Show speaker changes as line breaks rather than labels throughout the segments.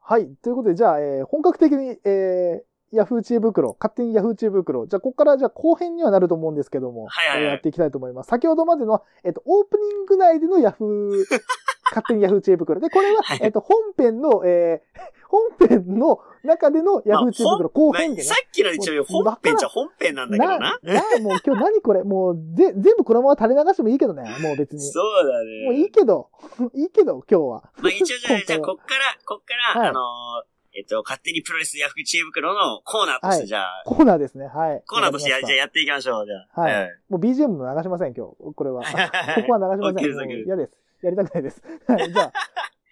はい。ということで、じゃあ、えー本格的に、えー、Yahoo 知恵袋、勝手に Yahoo 知恵袋。じゃあ、ここから、じゃあ、後編にはなると思うんですけども、
はいはいはい
えーやっていきたいと思います。先ほどまでのは、えっ、と、オープニング内での Yahoo、勝手に Yahoo 知恵袋。で、これは、
はい
えっ、と、本編の、えー、本編の中での
まあ
Yahoo 知恵袋、後編でね
さ。っきの一応本編じゃ本編なんだけどな。
な、なもう今日何これもう、ぜ、全部このまま垂れ流してもいいけどね。もう別に。
そうだ
もうい
ね
い。けど、 いいけど、今日は。
まあ一応じゃあ、
今
じ
回
ゃあ
は
こっから、こっから、
はい
あのー、えっと、勝手にプロレスヤフー知恵袋のコーナーとし
は
て、
い
じゃあ、
コーナーですね。はい。
コーナーとしてや、
わか
じゃあ
りま
やっていきましょう、じゃあ。
はいもう BGM も流しません、今日。これは。 ここは流しませ
OK です
ん。も
OK で
う
す
嫌です。やりたくないです。 はいじゃあ、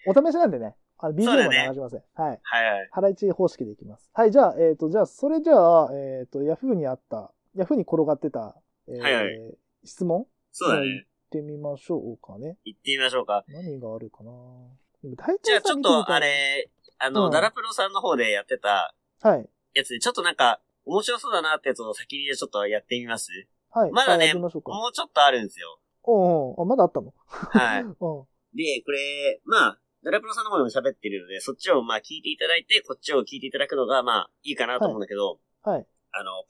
お試しなんでね。あの BGM
そうだ
は
ね
流しません。はい。
はいはい。
腹一方式でいきます。はい、じゃあ、えっ、と、じゃあ、それじゃあ、えっ、と、ヤフーにあった、ヤフーに転がってた、えー
はいは
質問
そうだ
はい
ね。
行ってみましょうかね。
行ってみましょうか。
何があるかなでも大体さ
じゃあちょっ
見てみた
と、
ら
あれ、あ
う
の、
ん
ダラプロさんの方でやってた
はい。
やつで、ちょっとなんか、面白そうだなってやつを先にちょっとやってみます
はい。
まだ
はい
ね
やってみましょうか。
もうちょっとあるんですよ。
おうんうん。あ、まだあったの
は
う
い。
ん。は
で、これ、まあ、ダラプロさんの方でも喋ってるので、そっちをまあ聞いていただいて、こっちを聞いていただくのがまあいいかなと思うんだけど、
い。
あの、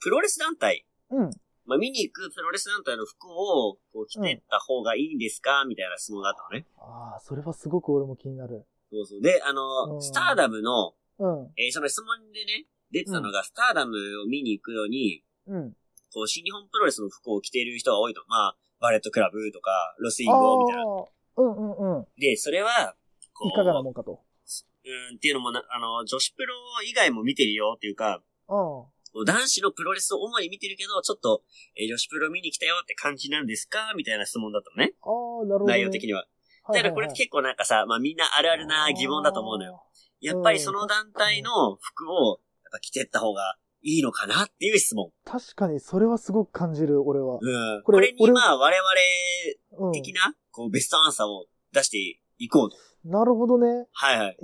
プロレス団体、
うん。
まあ見に行くプロレス団体の服をこう着てった方がいいんですか、みたいな質問があったのね。
ああ、それはすごく俺も気になる。
そうそう。で、あ
うん
の、スターダムの、
うん。
えーその質問でね、出てたのが、スターダムを見に行くのに、
うん。
こう、新日本プロレスの服を着ている人が多いと。まあ、バレットクラブとか、ロスイン
あ
ゴみたいな。
あ、うんうんうん。
で、それは、こう、
いかがなもんかと。
うん、っていうのもな、あの、女子プロ以外も見てるよっていうか、
う
男子のプロレスを主に見てるけど、ちょっと、えー女子プロ見に来たよって感じなんですかみたいな質問だったのね。
ん。ああ、なるほど、ね。
内容的には。だからこれって結構なんかさ、まあみんなあるあるな疑問だと思うのよ。
よ。
やっぱりその団体の服を、やっぱ着てった方がいいのかなっていう質問。
確かに、それはすごく感じる、俺は。
うん。
こ
こ
れ
れに
俺
まあ我々
うん。
的な、こう、ベストアンサーを出していこうと。
なるほどね。
はいはい。
ええ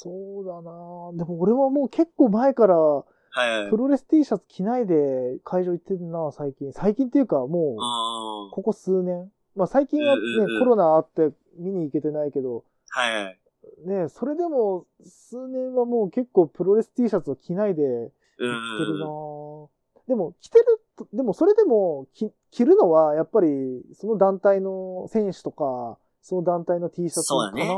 そうだなでも俺はもう結構前から、
はいはい。
プロレス T シャツ着ないで会場行ってんな、最近。最近っていうか、もう、
うん。
ここ数年。まあ最近はね、
うんうんうん
コロナあって見に行けてないけど、
はいはい。
ね、それでも数年はもう結構プロレス T シャツを着ないで行って
う
る
ん
な
うんうん。
ぁでも着てると、でもそれでも着着るのはやっぱりその団体の選手とか、その団体の T シャツか
そうだ
な。
ね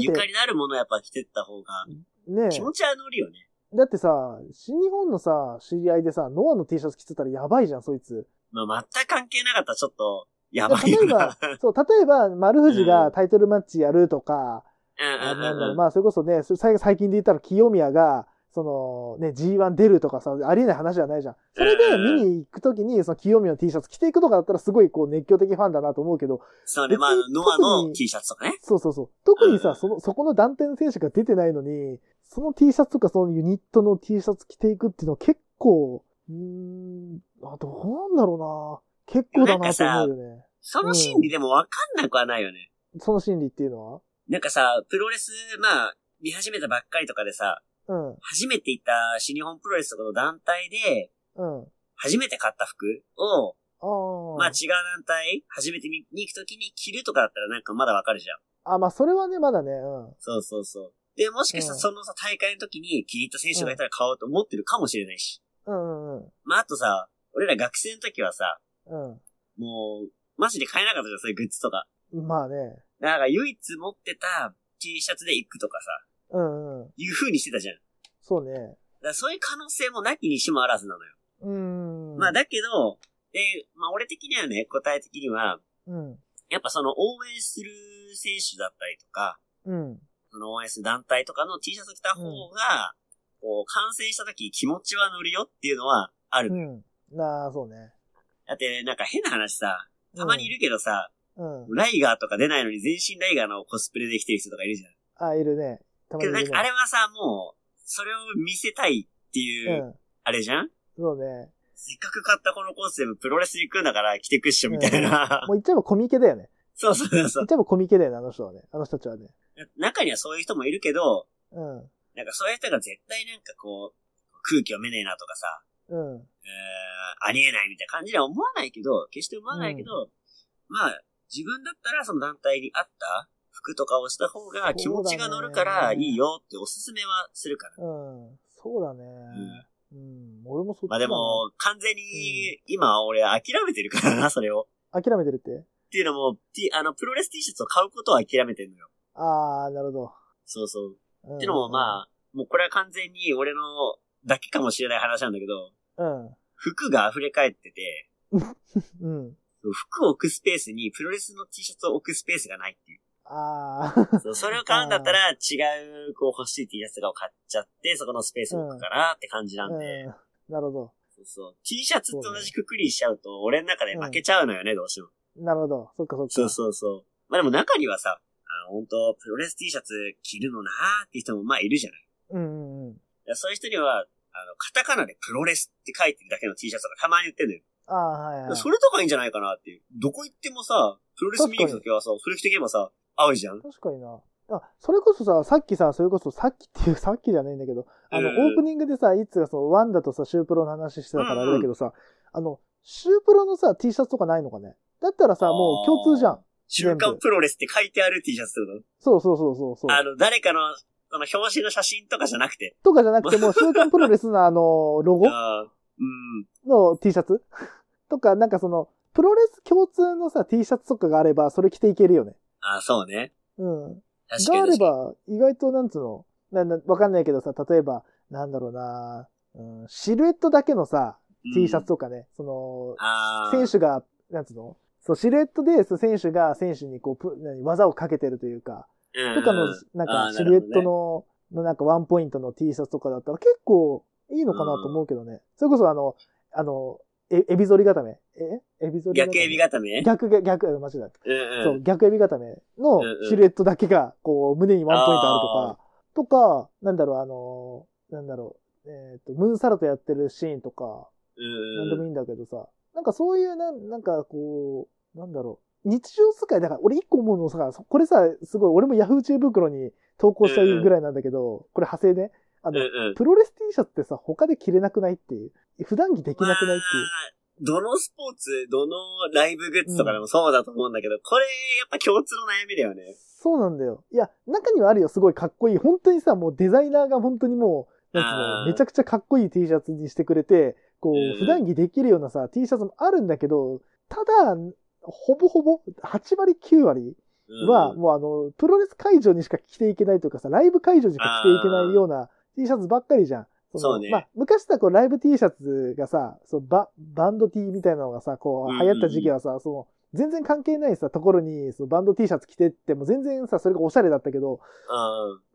ゆかりのあるものをやっぱ着てった方が、
ね
気持ちは乗るよね。
だってさ、新日本のさ、知り合いでさ、ノアの T シャツ着てたらやばいじゃん、そいつ。
まあ、全く関係なかったらちょっと、やばい
例
よ
え
な
ば。、そう、例えば、丸藤がタイトルマッチやるとか、
うん
あなんだ
うん
ろ
う
う、
ん。
まあ、それこそね、そ最最近で言ったら清宮が、そのね、G1 出るとかさ、ありえない話じゃないじゃん。それで
うん
見に行くときに、その清宮の T シャツ着ていくとかだったらすごいこう熱狂的ファンだなと思うけど、
そうね、まあ、あの
別に
ノア
特
の
に
T シャツとかね。
そうそうそう。特に
う
さ、
ん
その、そこの団体の選手が出てないのに、その T シャツとかそのユニットの T シャツ着ていくっていうのは結構、うーん、あ、どうなんだろうな結構だなと思うよね。
その心理でもわかんなくはないよね。
その心理っていうの
なんかさ、プロレス、まあ、見始めたばっかりとかでさ、
は
初めて行った新日本プロレスとかの団体で、
うん、うん。
初めて買った服を、
ああ。
まあ違う団体、初めて見に行くときに着るとかだったらなんかまだわかるじゃん。
あ、まあ、それはね、まだね、うん。
そうそうそう。で、もしかした
う
ら
ん
そのさ、大会の時に気に入った選手がいたら買おうと思ってるかもしれないし。
うん、うん、
まあ、あとさ、俺ら学生の時はさ、
うん。
もう、マジで買えなかったじゃん、そういうグッズとか。
うん。まあね。
だから唯一持ってた T シャツで行くとかさ、
うん、うん。
いう風にしてたじゃん。だ
そうね。
からそういう可能性もなきにしもあらずなのよ。
うーん。
まあ、だけど、で、まあ俺的にはね、答え的には、
うん。
やっぱその応援する選手だったりとか、
うん。
その応援する団体とかの T シャツ着た方が、こう、感染した時気持ちは乗るよっていうのはある。
うん。なあ、そうね。
だって、なんか変な話さ、たまにいるけどさ、
うん。うん。
ライガーとか出ないのに全身ライガーのコスプレできてる人とかいるじゃん。
あ、いるね。たま
け
に
ど
い
なん
るね
かあ。れはさ、もう、それを見せたいっていう、
うん。
あれじゃん
そうね。
せっかく買ったこのコースでもプロレス行くんだから着てくっしょみたいな。
もう言っちゃえばコミケだよね。
そうそうそうそ
言
う
っ。ちゃえばコミケだよね、あの人はね。あの人たちはね。
中にはそういう人もいるけど、
うん。
なんかそういう人が絶対なんかこう、空気読めねえなとかさ、
うん。
えーありえないみたいな感じには思わないけど、決して思わないけど、まあ、自分だったらその団体に合った服とかをした方が気持ちが乗るからいいよっておすすめはするから。
うん。そうだね。うん。俺もそっち
ま
だな
あでも、完全に、今俺諦めてるからな、そ れを。
諦めてるって
っていうのも、T、あの、プロレス T シャツを買うことは諦めてるのよ。
ああ、なるほ
そうそう。
ど。
っていうのもまあ、もうこれは完全に俺のだけかもしれない話なんだけど、
あ。
服が溢れ返ってて、
うん。うん。
服を置くスペースにプロレスの T シャツを置くスペースがないっていう。
ああ。
そうそれを買うんだったら違う、こう欲しい T シャツとかを買っちゃって、そこのスペースを置くかなって感じなんで、
うん。なるほど。
そうそう。T シャツと同じくくりしちゃうと、俺の中で負けちゃうのよね、どうしても。
なるほど。そっかそっか。
そうそうそう。まあでも中にはさ、あの、本当プロレス T シャツ着るのなーって人もまあいるじゃない。
うんうんうん。
いやそういう人には、あの、カタカナでプロレスって書いてるだけの T シャツとかたまに売ってんのよ。
ああ、はいはい。
それとかいいんじゃないかなっていう。どこ行ってもさ、プロレス見に行くときはさ、それ着ていけばさ、合うじゃん。
確かにな。あ、それこそさ、さっきさ、それこそさっきっていう、さ っきじゃないんだけど、あの、
うん
オープニングでさ、いつがその、ワンダとさ、シュープロの話してたから
う
あ
んうん
れだけどさ、あの、シュープロのさ、T シャツとかないのかねだったらさ、もう共通じゃ
あー
ん。
週刊プロレスって書いてある T シャツってこ
そうそうそうそうそう
と。あの、誰かの、その表紙の写真とかじゃなくて。
とかじゃなく ても、週刊プロレスのあの、ロゴ
あーうん。
の T シャツ とか、なんかその、プロレス共通のさ、T シャツとかがあれば、それ着ていけるよね。
あーそうね。
うん。
確
が
か
あれ
に。
ば、意外と、なんつうの、な、な、わかんないけどさ、例えば、なんだろうな、うん、シルエットだけのさ、T シャツ
と
とかね、そ
あ
の、
ー
選手が、なんつうの、そう、シルエットで、そう選手が、選手にこう、プ何技をかけてるというか、とかの、なんか、シルエット、の、のなんか、ワンポイントの T シャツとかだったら、結構、いいのかなと思うけどね。それこそ、あの、あの、え、エビ反り固め。えエビ反り固め
逆指固め
逆、逆、逆、間違えた。
うん
そうう、
ん。
逆指固めの
うんうん
シルエットだけが、こう、胸にワンポイントあるとか、とか、なんだろう、あのー、なんだろう、えっ、と、ムーンサルトやってるシーンとか、なんで
う
も
ん。
いいんだけどさ、なんかそういう、なんなんかこう、なんだろう、日常使い、だから俺一個思うのさ、そこれさ、すごい、俺もヤフー知恵袋に投稿したぐらいなんだけど、これ派生ね。あ
うん
の、
うん。
プロレス T シャツってさ、他で着れなくないっていう。普段着できなくないっていう。
どのスポーツ、どのライブグッズとかでもそうだと思うんだけど、これ、やっぱ共通の悩みだよね。
そうなんだよ。いや、中にはあるよ、すごいかっこいい。本当にさ、もうデザイナーが本当にもう、なんつう
あ
の、
ー
めちゃくちゃかっこいい T シャツにしてくれて、こ
うん
う、普段着できるようなさ、T シャツもあるんだけど、ただ、ほぼほぼ、8割、9割
うん
は、もうあの、プロレス会場にしか着ていけないというかさ、ライブ会場にしか着ていけないような T シャツばっかりじゃん。の
そうね
まあ、昔さ、こう、ライブ T シャツがさ、そうバ、バンド T みたいなのがさ、こ
うんうん
う、流行った時期はさ、その、全然関係ないさ、ところに、そのバンド T シャツ着てっても全然さ、それがおしゃれだったけど、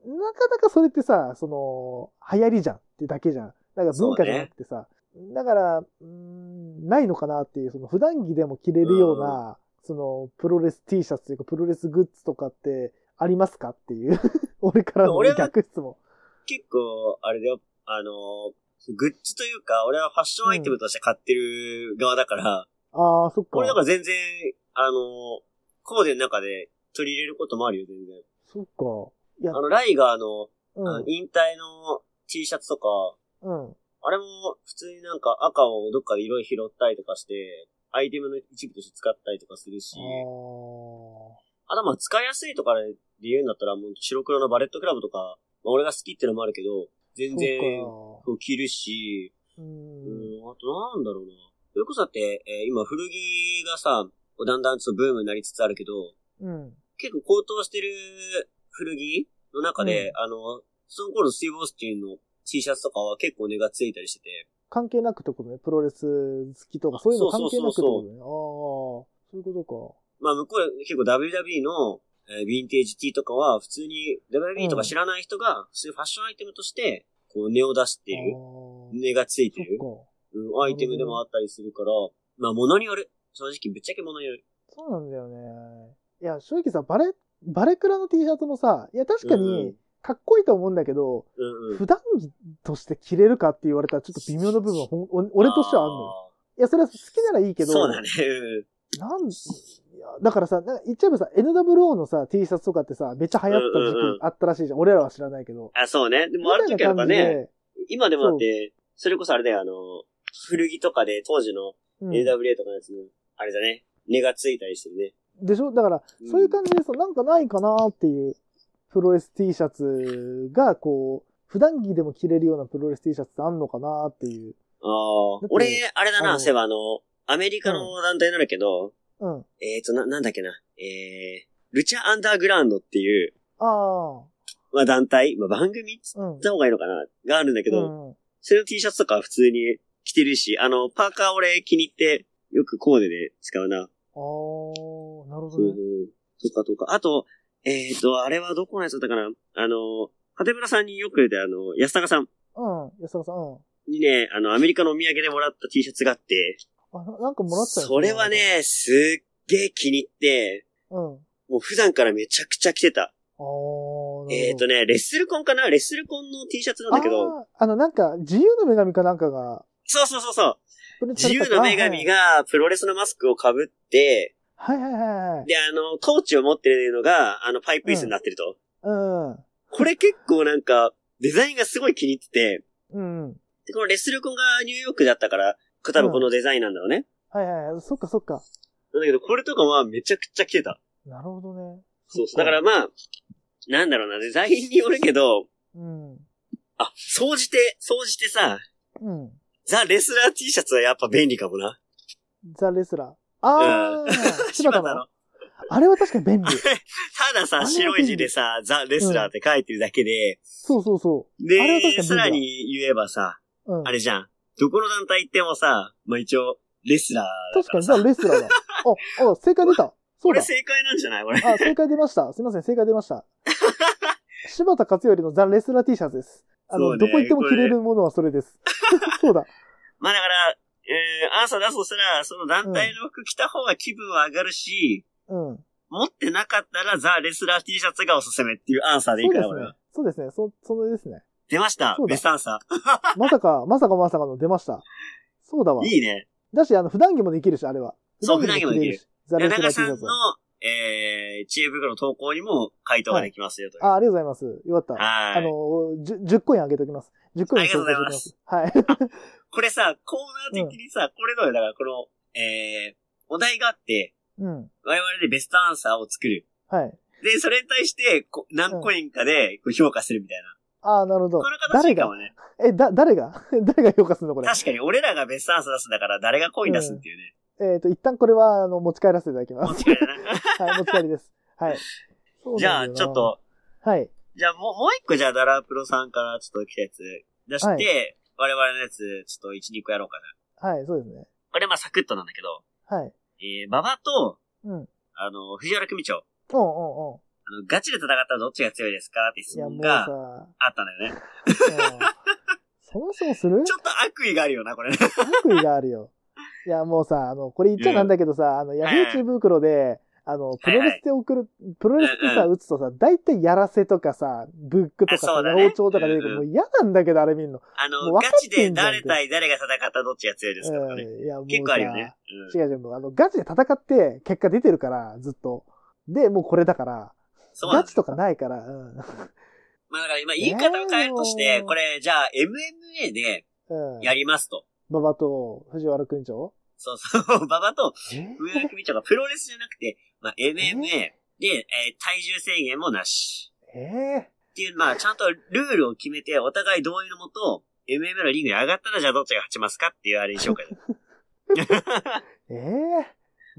うん。
なかなかそれってさ、その、流行りじゃんってだけじゃん。だから文化じゃなくてさ、だから、うーん、ないのかなっていう、その普段着でも着れるような、その、プロレス T シャツというか、プロレスグッズとかってありますかっていう、 俺からの
俺は
逆質問。
結構、あれだよ、あのー、グッズというか、俺はファッションアイテムとして買ってる側だから、
ああ、そっ
俺だ
か
か。ら全然、あのー、コーデの中で取り入れることもあるよ、全然。
そっか。いや
あ、の、ライガーの、あ
う
の
ん。
引退の T シャツとか、
うん。
あれも普通になんか赤をどっかで色拾ったりとかして、アイテムの一部として使ったりとかするし、
あ
あとまあ使いやすいとかで言うんだったらもう白黒のバレットクラブとか、まあ、俺が好きってのもあるけど、全然
そ
こう着るし、
うか。う。
うんん、あとなんだろうな。それこそだって、えー今古着がさ、こうだんだんちょっとブームになりつつあるけど、
うん。
結構高騰してる古着の中で、
う
あの、その頃スティーブ・オースティンの T シャツとかは結構値がついたりしてて、
関係なくってことね。プロレス好きとか、そういうの関係なくってことね。ああー、そういうことか。
まあ向こう結構 WWE の、えーヴィンテージ T とかは普通に WWE とか知らない人が普通ファッションアイテムとしてこう値を出して
あ
る。
ー
値がついてる、
そっか。
うん、アイテムでもあったりするから、まあ物による。正直ぶっちゃけ物による。
そうなんだよね。いや、正直さ、バレ、バレクラの T シャツもさ、いや、確か
うんう
に
ん、
かっこいいと思うんだけど、
うんうん。
普段着として着れるかって言われたら、ちょっと微妙な部分はほん、お俺としてはあるのよ。いや、それは好きならいい
あ
け
ー
ど、
そうだね。うん
なん、いや、だからさ、なんか言っちゃえばさ、NWO のさ、T シャツとかってさ、めっちゃ流行った時
うんうんうん
期あったらしいじゃん。俺らは知らないけど。
あ、そうね。でもある
み
時
たい
は
な
なんか
感じ
ね、
で、
今でもだって、それこそあれだよ、あの、古着とかで当時の
うん
AWA とかのやつの、あれだね、値がついたりしてるね。
でしょだから、
うん
そういう感じでさ、なんかないかなっていう、プロレス T シャツが、こう、普段着でも着れるようなプロレス T シャツってあんのかなっていう。
あ
だ
あ
っ。て
俺、あれだ
あの
な、セバ、あの、アメリカの団体なんだけど、
うん。
えっと、な、なんだっけな。えー、ルチャアンダーグラウンドっていう、
あ
まあ団体、まあ番組っつ
あ、うん
っ。た方がいいのかながあるんだけど、
うん、
それの T シャツとかは普通に着てるし、あの、パーカー俺気に入って、よくコーデで使うな。
ああ、なるほ
うん
ど
う
ね。
ん。とかとか。あと、えっ、と、あれはどこのやつだったかなあの、金村さんによく出て、あの、安坂さん
うん。安田さん、うん。
にね、あの、アメリカのお土産でもらった T シャツがあって、
あ、ななんかもらったよ
それは。ね、すっげえ気に入って、
うん。あ
もう普段からめちゃくちゃ着てた。
あ、なるほど。
えっ、とね、レッスルコンかなレッスルコンの T シャツなんだけど、
あーあの、なんか、自由の女神かなんかが、
そうそうそうそう。
プロレス
自由の女神。がプロレスのマスクを被って、
はいはいはいはい。
で、あの、トーチを持ってるのが、あの、パイプ椅子になってると。
うん。
これ結構なんか、デザインがすごい気に入ってて、
うん。
で、このレスルコンがニューヨークだったから、多分このデザインなんだろうね。
はいはいはい。そっかそっか。
なんだけど、これとかはめちゃくちゃ着てた。
なるほどね。
そうそう。
そっ
だ
か
からまあ、なんだろうな、デザインによるけど、
うん。
あ、総じて、総じてさ、
うん。
ザ・レスラー T シャツはやっぱ便利かもな。
ザ・レスラー。ああ、 柴田
柴田
の
の。
あれは確かに便利。
ただ
あれ
さ、
は
白い字でさ、ザ・レスラーって書いてるだけで、
そうそうそあれは確か
で、
に便利だ
さらに言えばさ、
う。うん。
あれじゃん。どこの団体行ってもさ、まあ一応、レスラーだ
確
か
からにザ・
さ。
レスラーだ。あ、あ、正解出 た。そ
こ
うだ
れ。正解なんじゃないこれ。
あ、正解出ました。すいません、正解出ました。柴田勝頼のザ・レスラー T シャツです。あ
そ
の、
うね
どこ行っても着れるものはそれです。 そうだ。
まあだから、えー、アーサーだとしたら、その団体の服着た方が気分は上がるし、
うん。
持ってなかったらザ・レスラー T シャツがおすすめっていうアンサーでいい
そう
か
です
ら、俺
ね
は。。
そうですね。そ、それですね。
出ました
そうだ
ベストアンサ
まさか、まさかまさかの出ました。そうだわ
ー。。いいね。
だし、あの、普段着もできるし、あれは。
そう
着れるし。ザ・レ
で
スラー
長
T シ
さん
ャ
の
ツは。、
えー、知恵袋の投稿にも回答ができますよ、という。
あ、ありがとうございます。よかった。
はい
あの、じゅ10コインあげておきます。10コイン紹介しておきます。はい。
これさ、コーナー的にさ、これどうよだから、この、えー、お題があって、
うん。
我々でベストアンサーを作る。
はい。
で、それに対して、こ何コインかでこう評価するみたいな。
ああ、なるほど
この。形い
誰
いか
が
もね。
え、だ、誰が 誰が評価するのこれ。
確かに、俺らがベストアンサー出すんだから、誰がコイン出すっていうね。
えっと、一旦これは、あの、持ち帰らせていただきま
間
す。
違い ない。
はい、持ち帰りです。はい。そう
じゃ
なんだよな
あ、ちょっ。と、
はい。
じゃあもう、もう一個、じゃあ、ダラプロさんからちょっと来たやつ出して、
は
我々のやつ、ちょっと1、2個やろうかな。
はい、そうですね。
これ、まあ、サクッとなんだけど、
はい。
えー、馬場と、
うん。うん
あの、藤原組長、
うんうん。
あの、ガチで戦ったらどっちが強いですかって
い
質
や、
問
もう
が
さ、
あったんだよね。
うんそもそもす る
ちょっと悪意があるよな、これ。
悪意があるよ。いや、もうさ、あの、これ言っちゃなんだけどさ、あの、ヤフー知恵袋で、あの、プロレスって送る、プロレスってさ、
う
打つとさ、大体やらせとかさ、ブックとか
あそ
さ、
うだね
包丁とか出てくる。
うん
も
う
う嫌なんだけど、あれ見るの。
あの、
もう分
ガ
かっ
チ
て
で
んじゃん
誰対誰が戦ったらどっちが強いですかとかね。
うんいや、もうさ
結構あるよね。うん
違う違う、もうあの、ガチで戦って、結果出てるから、ずっと。で、もうこれだから、
そうなん
ガ
で
チ
す。
とかないから、うん。
まあだから今言い方を変えるとして
えー、
これじゃあ MMA で
うん。
やりますと。
馬場と藤原くんちょ
そうそう、 馬場と
え
上田組長がプロレスじゃなくて、まあ MMA で、えー体重制限もなし。
え
っていう、まあちゃんとルールを決めて、お互い同意のもと、MMA のリングに上がったらじゃあどっちが勝ちますかっていうあれにしようか な。
えええ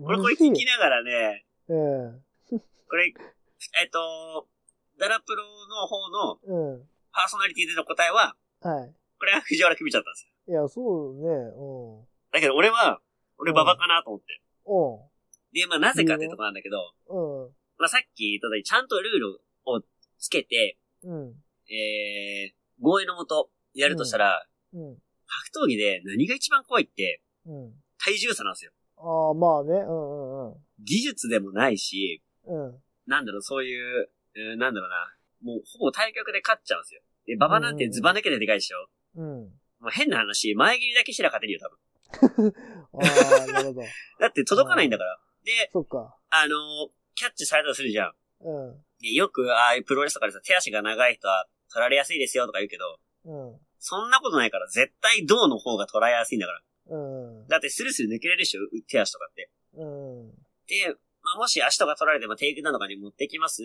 俺これ
難し
聞きながらね、
うん。
これ、えっ、と、ダラプロの方の
うん。
パーソナリティでの答えは、
はい。
これは藤原組長だったんですよ。
いや、そうね。うん。
だけど俺は、俺馬場かなと思って。
うん。
で、まあなぜかってとこなんだけど、
うん。
まあさっき言った通り、ちゃんとルールをつけて、
うん。
えー、合意のもとやるとしたら、
うん。
格闘技で何が一番怖いって、
うん。
体重差なんですよ。
ああ、まあね。うんうん
技術でもないし、
うん。うん。
なんだろう、そういう、うんなんだろうな。もうほぼ対局で勝っちゃうんですよ。で、馬場なんてズバ抜けてでかいでしょ。
うん。
もう変な話、前切りだけしたら勝てるよ、多分。
ああ、なるほど。
だって届かないんだから。で、
そっか。
あのーキャッチされたとするじゃん。
うん。
でよく、ああいうプロレスとかでさ、手足が長い人は取られやすいですよとか言うけど、
うん。
そんなことないから、絶対銅の方が捉えやすいんだから。
うん。
だってスルスル抜けれるでしょ、手足とかって。
うん。
で、ままあ、もし足とか取られてもテイクなのかに持ってきます。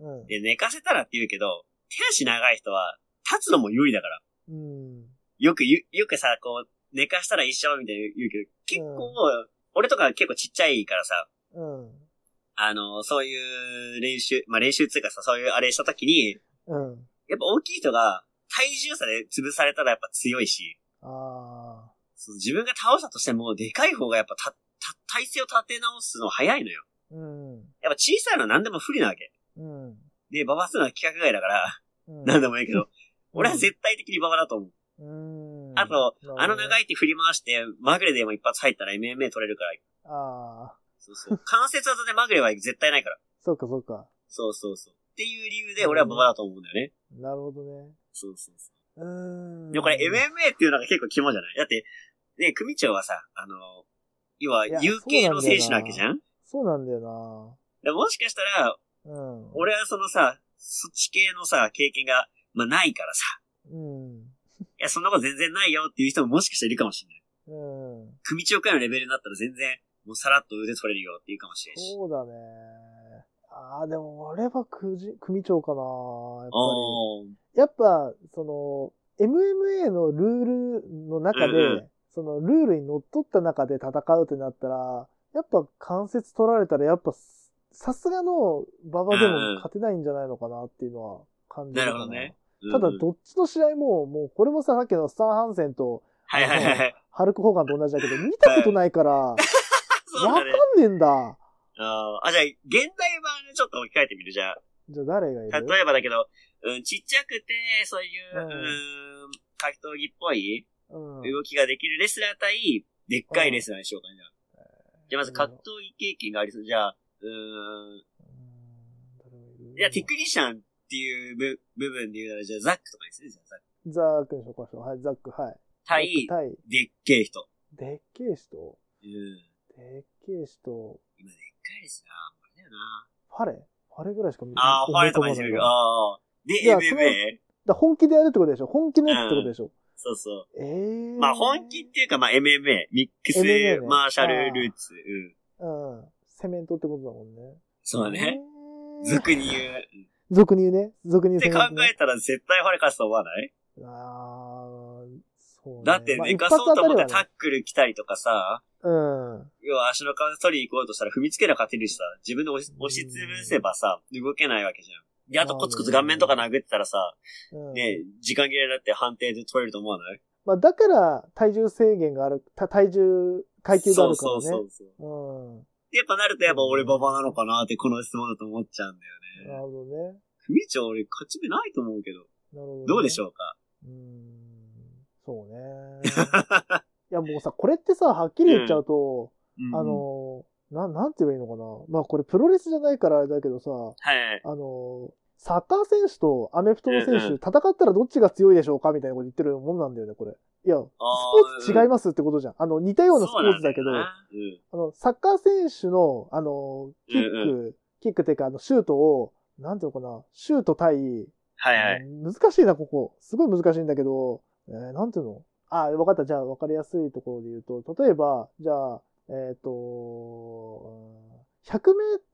うん。
で、寝かせたらって言うけど、手足長い人は、立つのも優位だから。
うん。
よくゆ、よくさ、こう、寝かしたら一緒みたいな言うけど、結構、俺とか結構ちっちゃいからさ、
うん。
あの、そういう練習、まあ、練習っていうかさ、そういうあれした時に、
うん。
やっぱ大きい人が体重差で潰されたらやっぱ強いし、
あ
その自分が倒したとしても、でかい方がやっぱた、た、体勢を立て直すの早いのよ。
ー。うん。
やっぱ小さいのは何でも不利なわけ。
うん。
で、馬場するのは規格外だから、
うん
何でもいいけど、俺は絶対的に馬場だと思う。
うん。
あと、あの長
い。
い手振り回して、まぐれでも一発入ったら MMA 取れるから、
ああ。
そうそう。関節技でまぐれは絶対ないから。
そうか、そうか。
そうそうそう。っていう理由で俺は馬場だと思うんだよね。
なるほどね。
そうそうそう
ー
う。
ん。
でもこれ MMA っていうのが結構肝じゃないだって、ね、組長はさ、あの、要はい
や
UK の選手なわけじゃん
そうなんだよ
でもしかしたら、
な。うん。。
俺はそのさ、そっち系のさ、経験が、まあないからさ、
うん。
いや、そんなこと全然ないよっていう人ももしかしたらいるかもしれない。
うん。
組長くらいのレベルになったら全然、もうさらっと腕取れるよっていうかもしれんし。
そうだね。ああ、でも俺はくじ組長かな。やっぱり。
おー。
やっぱ、その、MMA のルールの中で、
うんう
そのルールにのっとった中で戦うってなったら、やっぱ関節取られたら、やっぱす、さすがの馬場でも勝てないんじゃないのかなっていうのは感じるか
うん
な。
うんなるうん
ただ、どっちの試合も、もう、これもさ、さっきのスタン・ハンセンと
はいはいはいはい。
ハルク・ホーガンと同じだけど、見たことないから、わ
そ
か
うだ
ん
ね
ね。えんだ。
あーあ、じゃあ、現代版でちょっと置き換えてみる。じゃあ、
じゃあ誰がいる
例えばだけど、うん、ちっちゃくて、そういう、
うん
うん、格闘技っぽい
うん。
動きができるレスラー対、でっかいレスラーにしようかね。じゃあ、まず格闘技経験がありそう。じゃあ、うん、
うん
じゃあ、テクニシャンっていう部部分で言うなら、じゃあ、ザックとかにするじゃあ、ザック。
ザックにしようかしらはい、ザック、はい。
対、
タイ。
でっけえ人。
でっけえ人
うん。でっ
でっけえ人、
かいレスラー、あんまりだよな。
ファレファレぐらいしか見
ああ、ファレとかに
見
す
たこ
る。
ないだ
ああ。
い
で、
やその
MMA?
から本気でやるってことでしょ本気のやつってことでしょ、
そうそう。
ええー。
まあ本気っていうか、まあ MMA、ミックス
MMA ね
マーシャルルーツ。うん。
うん。セメントってことだもんね。
そうだね。
えー
俗に言う。
俗に言うね。俗に言う
って考
セメン
えたら絶対ファレ勝つと思わない
トねあーそうね
だって
まあ
寝かそうと思って
一
タッ
発
クル来たりとかさ、
当たればね
要は足の皮取り行こうとしたら踏みつけりゃ勝てるしさ、自分で押し押し潰せばさ、動けないわけじゃん。で、あとコツコツ顔面とか殴ってたらさ、
うん。うん。
ね、時間切れだって判定で取れると思わない
まあだから、体重制限がある、た体重、階級があるから
そう
ね。
そうそう。
うん。
やっぱなるとやっぱ俺ババアなのかなってこの質問だと思っちゃうんだよね。
なるほどね。
組長俺勝ち目ないと思うけど、
なるほど、ね。
どうでし
ょ
ょうか
ううーん。そう ね。いやもうさ、これってさ、はっきり言っちゃうと、
うん
あのー、な、なんて言えばいいのかな。まあこれプロレスじゃないからあれだけどさ、
はいはい。
あのー、サッカー選手とアメフトの選
うんうん
手、戦ったらどっちが強いでしょうかみたいなこと言ってるもんなんだよね、これ。いや、スポーツ違いますってことじゃん。あの、似たようなスポーツだけど、
そうなん
あ
だよ
の、サッカー選手の、あのー、キック、
う
キックっていうか、あの、シュートを、なんていうのかな、シュート対、
なはいはい。
難しいな、ここ。すごい難しいんだけど、えーなんていうのあ、わかった。じゃあ、わかりやすいところで言うと、例えば、じゃあ、えっ、とうん100メー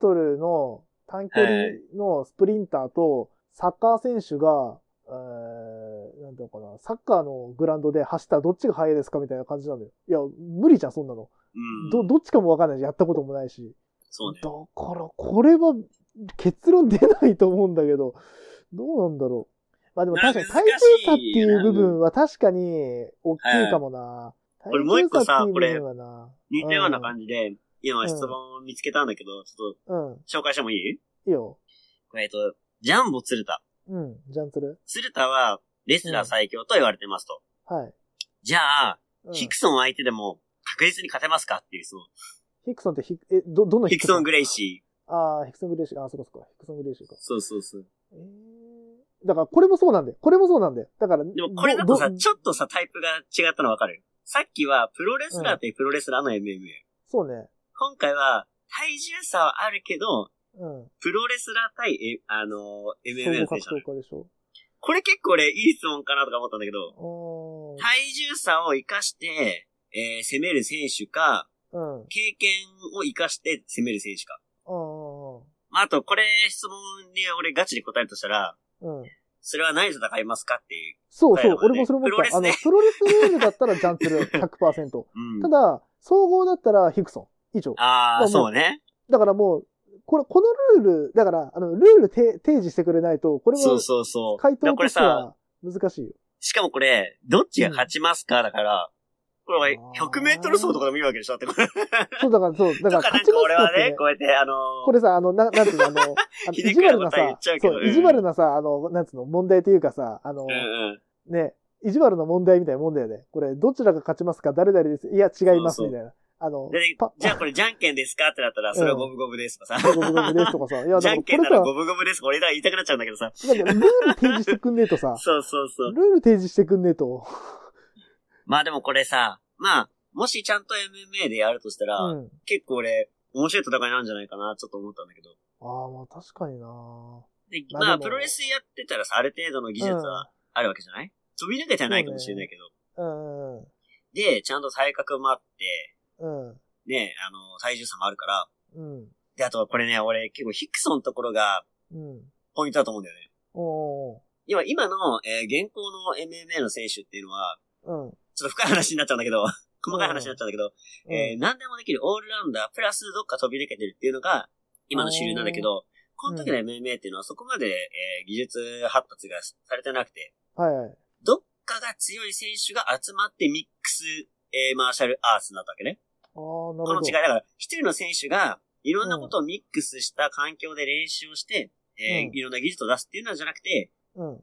トルの短距離のスプリンターとサッカー選手が、えー、なんていうのかな、サッカーのグラウンドで走ったらどっちが速いですかみたいな感じなのよ。いや、無理じゃん、そんなの。
うん。
ど、どっちかもわかんないし、やったこともないし。
そうね
だ。から、これは結論出ないと思うんだけど、どうなんだろう。まあでも確かに体重差っていう部分は確かに大きいかもな。
い俺もう一個さ
体重差っていう部分はな
似たような感じで、今質問を見つけたんだけど、ちょっ
うん。
と紹介してもいい
いいよ。
えっと、ジャンボ鶴田。
うん。ジャンツル。
鶴田は、レスラー最強と言われてますと。
はい。
じゃあ、
うん
ヒクソン相手でも確実に勝てますかっていう質問。
ヒクソンってヒク、え、ど、どの
ヒクソン・
グ
グレイシー。
ああ、ヒクソングレーシー。あー、そこそこ。ヒクソングレーシーか。
そうそうそう。
えーだから、これもそうなんだよ。これもそうなんだよ。だから、
でもこれだとさ、
どど
ちょっとさ、タイプが違ったのわかるさっきは、プロレスラーというプロレスラーの MMA。
そうね。
今回は、体重差はあるけど、
うん。
プロレスラー対、え、あのー、
総
MMA
合
の
格
選手なのよ
闘家でしょ。
これ結構俺、いい質問かなとか思ったんだけど、
う
体重差を活かして、えー攻める選手か、
ーん。うん。
経験を活かして攻める選手か。
う
あと、これ質問に俺ガチで答えるとしたら、
うん。
それは何で戦いますかっていう。
そう
はい
そう、
はい
俺もそれ思
プロ
っ
レ
た。
ス
あ
ね
の、プロレスルールだったらジャンツル100%。
うん。
ただ、総合だったらヒクソン。以上。
あ
まあ
あ、そうね。
だからもう、これ、このルール、だから、あの、ルールて提示してくれないと、これ
そ
は
う、そうそう。
回
だから
答
ことれ
して
さ、
は難しいよ。
しかもこれ、どっちが勝ちますかだから、これ
あー
100メートル走とかでもいいわけでしょってこれ。
そう、だから、そう、だから
だからな
勝
ん
ち
か
ます
俺
かっ
は
て、
ね
ね、。
こうやって、あの
これさ、あの、な、なんていうの、 あの、あの
皮
意
肉
地悪な
なことは言
さ
っちゃう、けど
そうう、
ん
意地悪なさ、あの、なんつうの、問題というかさ、あの、
うんうん。
ね、意地悪な問題みたいなもんだよね。これ、どちらが勝ちますか誰々です。いや、違います、
そうそう
みたいな。あの
で、
パ、
じゃあこれじゃんけんですかってなったら、それはゴブゴブですとかさ。
ゴブゴブ ですとかさ。いや、
じ
だか
ゃ
ら
ん
こ
け
れ
んなら
さ、
ゴブゴブです。俺だ、言いたくなっちゃうんだけどさ。
だけどルール提示してくんねえとさ、
そうそうそう。
ルール提示してくんねえと。
まあでもこれさ、まあ、もしちゃんと MMA でやるとしたら、
うん。
結構俺、面白い戦いなんじゃないかな、ちょっと思ったんだけど。
ああ、まあ確かにな
で、
まあ
ま
で
あ、
も
プロレスやってたらさ、ある程度の技術はあるわけじゃない、飛び抜けてはないかもしれないけど。
うん、うん
で、ちゃんと体格もあって、
うん、
ね、あの、体重差もあるから。
うん、
で、あとはこれね、俺結構ヒクソンのところが
うん。
ポイントだと思うんだよね。
おー
今、今の、えー現行の MMA の選手っていうのは、
うん、うん。
ちょっと深い話になっちゃうんだ けど、細かい話になっちゃうんだけど、えー何でもできるオールラウンダー、プラスどっか飛び抜けてるっていうのが、今の主流なんだけど、この時の MMA っていうのはそこまで、えー技術発達がされてなくて、
はいはい。
どっかが強い選手が集まってミックス、えーマーシャルアーツになったわけね。
ああ、な
こ
る
の
ほど
違い、だ。から、一人の選手が、いろんなことをミックスした環境で練習をして、えー
うん
いろんな技術を出すっていうのじゃなくて、
うん。
違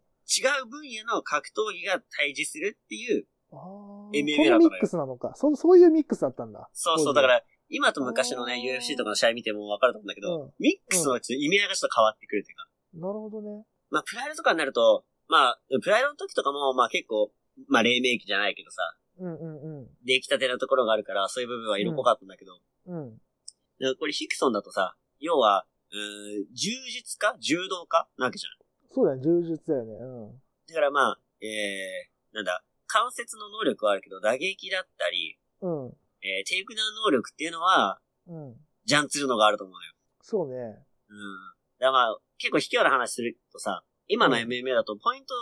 う分野の格闘技が対峙するっていう、
ああ、そ
MMA
のミックスなのか。そう、そういうミックスだったんだ。
そうそ
当
う、だ
時
か。ら、今と昔のね、
あー
UFC とかの試合見ても分かると思うんだけど、
うん
ミックスのちょっと意味合いがちょっと変わってくるというか、
なるほどね。
まあ、プライドとかになると、まあ、プライドの時とかも、まあ結構、まあ、黎明期じゃないけどさ、
うんうんうん。
出来たてのところがあるから、そういう部分は色濃かったんだけど、
うん。
だからこれヒクソンだとさ、要は、うーん、柔術か柔道かなわけじゃん。
そうだよね、柔術だよね。うん。
だからまあ、えー、なんだ、関節の能力はあるけど、打撃だったり、
うん。
えー、テイクダウン能力っていうのは、
うん。
ジャンツルのがあると思うのよ。
そうね。
うん。だからまあ、結構卑怯な話するとさ、今の
うん
MMA だとポイント